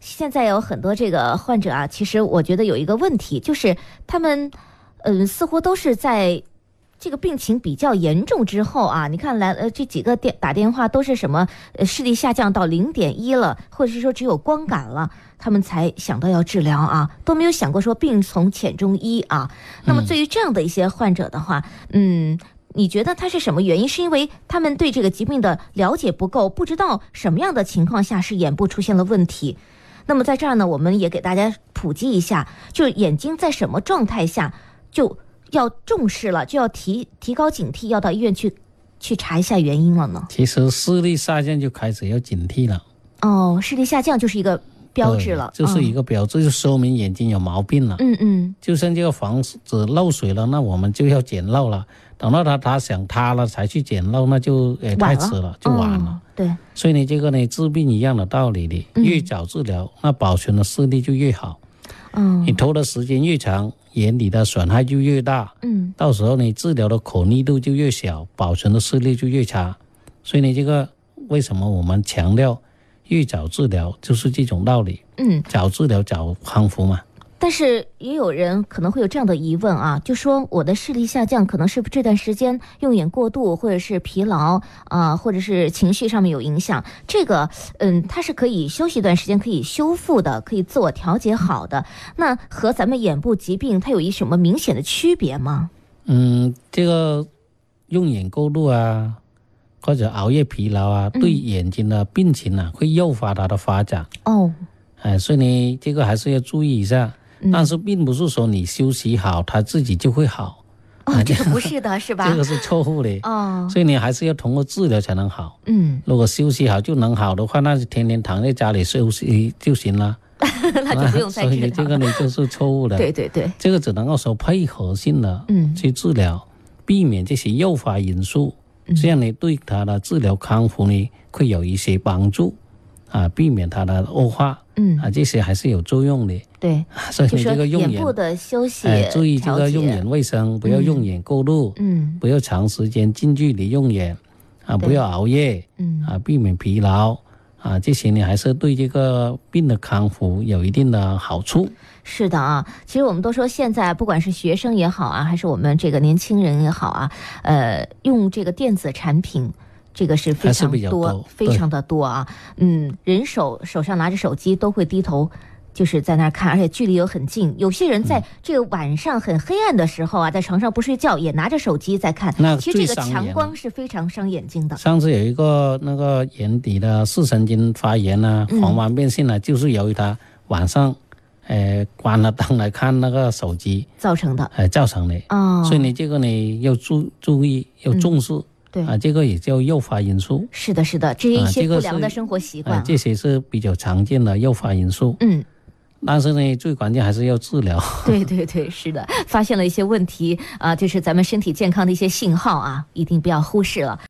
现在有很多这个患者啊，其实我觉得有一个问题，就是他们，嗯、似乎都是在这个病情比较严重之后啊，你看来呃这几个电打电话都是什么呃视力下降到零点一了，或者是说只有光感了，他们才想到要治疗啊，都没有想过说病从浅中医啊。那么对于这样的一些患者的话，嗯。你觉得他是什么原因？是因为他们对这个疾病的了解不够，不知道什么样的情况下是眼部出现了问题，那么在这儿呢，我们也给大家普及一下，就是眼睛在什么状态下就要重视了，就要提提高警惕，要到医院去去查一下原因了呢？其实视力下降就开始要警惕了，哦，视力下降就是一个标志了，对就是一个，个标志，就说明眼睛有毛病了。嗯嗯就像这个房子漏水了，那我们就要捡漏了。等到它它想塌了才去捡漏，那就也晚太了迟了，就晚了。嗯对，所以呢，这个呢治病一样的道理的，嗯越早治疗，那保存的视力就越好。你嗯拖的时间越长，眼底的损害就越大，嗯到时候呢治疗的可逆度就越小，保存的视力就越差。所以呢，这个为什么我们强调越早治疗，就是这种道理，嗯，早治疗早康复嘛。但是也有人可能会有这样的疑问啊，就说我的视力下降，可能是这段时间用眼过度，或者是疲劳啊、或者是情绪上面有影响。这个，嗯，它是可以休息一段时间，可以修复的，可以自我调节好的。那和咱们眼部疾病它有一什么明显的区别吗？嗯，这个用眼过度啊，或者熬夜疲劳啊，对眼睛的病情啊，会诱发它的发展。哦，哎，所以呢，这个还是要注意一下。嗯但是并不是说你休息好，它自己就会好，哦，这个不是 的，是吧？哎这个是错误的。哦，所以你还是要通过治疗才能好。嗯，如果休息好就能好的话，那就天天躺在家里休息就行了。嗯 那就不用再啊 所治以疗这了。个呢就是错误的。对对对，这个只能够说配合性的嗯去治疗，避免这些诱发因素，嗯这样呢对他的治疗康复呢会有一些帮助，啊，避免他的恶化嗯，啊，这些还是有作用的。 对，啊所以就你说这个用眼眼部，的休息哎，，注意这调个节用眼，卫生，不要用眼过度，嗯不要长时间近距离用眼，啊，对不要熬夜，嗯。啊，避免疲劳。啊，这些呢还是对这个病的康复有一定的好处。是的啊，其实我们都说现在不管是学生也好啊，还是我们这个年轻人也好啊，呃，用这个电子产品。这个是非还是常比较多，多非对常的多啊！嗯，人手手上拿着手机都会低头，就是在那儿看，而且距离又很近。有些人在这个晚上很黑暗的时候啊，在床上不睡觉也拿着手机在看。那其实这最个伤强眼光是非常伤眼睛的。上次有一个那个眼底的视神经发炎啊，嗯黄斑变性啊，就是由于他晚上，呃，关了灯来看那个手机，造成的呃，造成的。哦，所以呢，这个呢要注注意，要重视、对，啊，这个也叫诱发因素是的，是的，这是一啊些这个不良是的生活习惯啊啊。，这些是比较常见的诱发因素。嗯，但是呢，最关键还是要治疗。对对对，是的，发现了一些问题啊、就是咱们身体健康的一些信号啊，一定不要忽视了。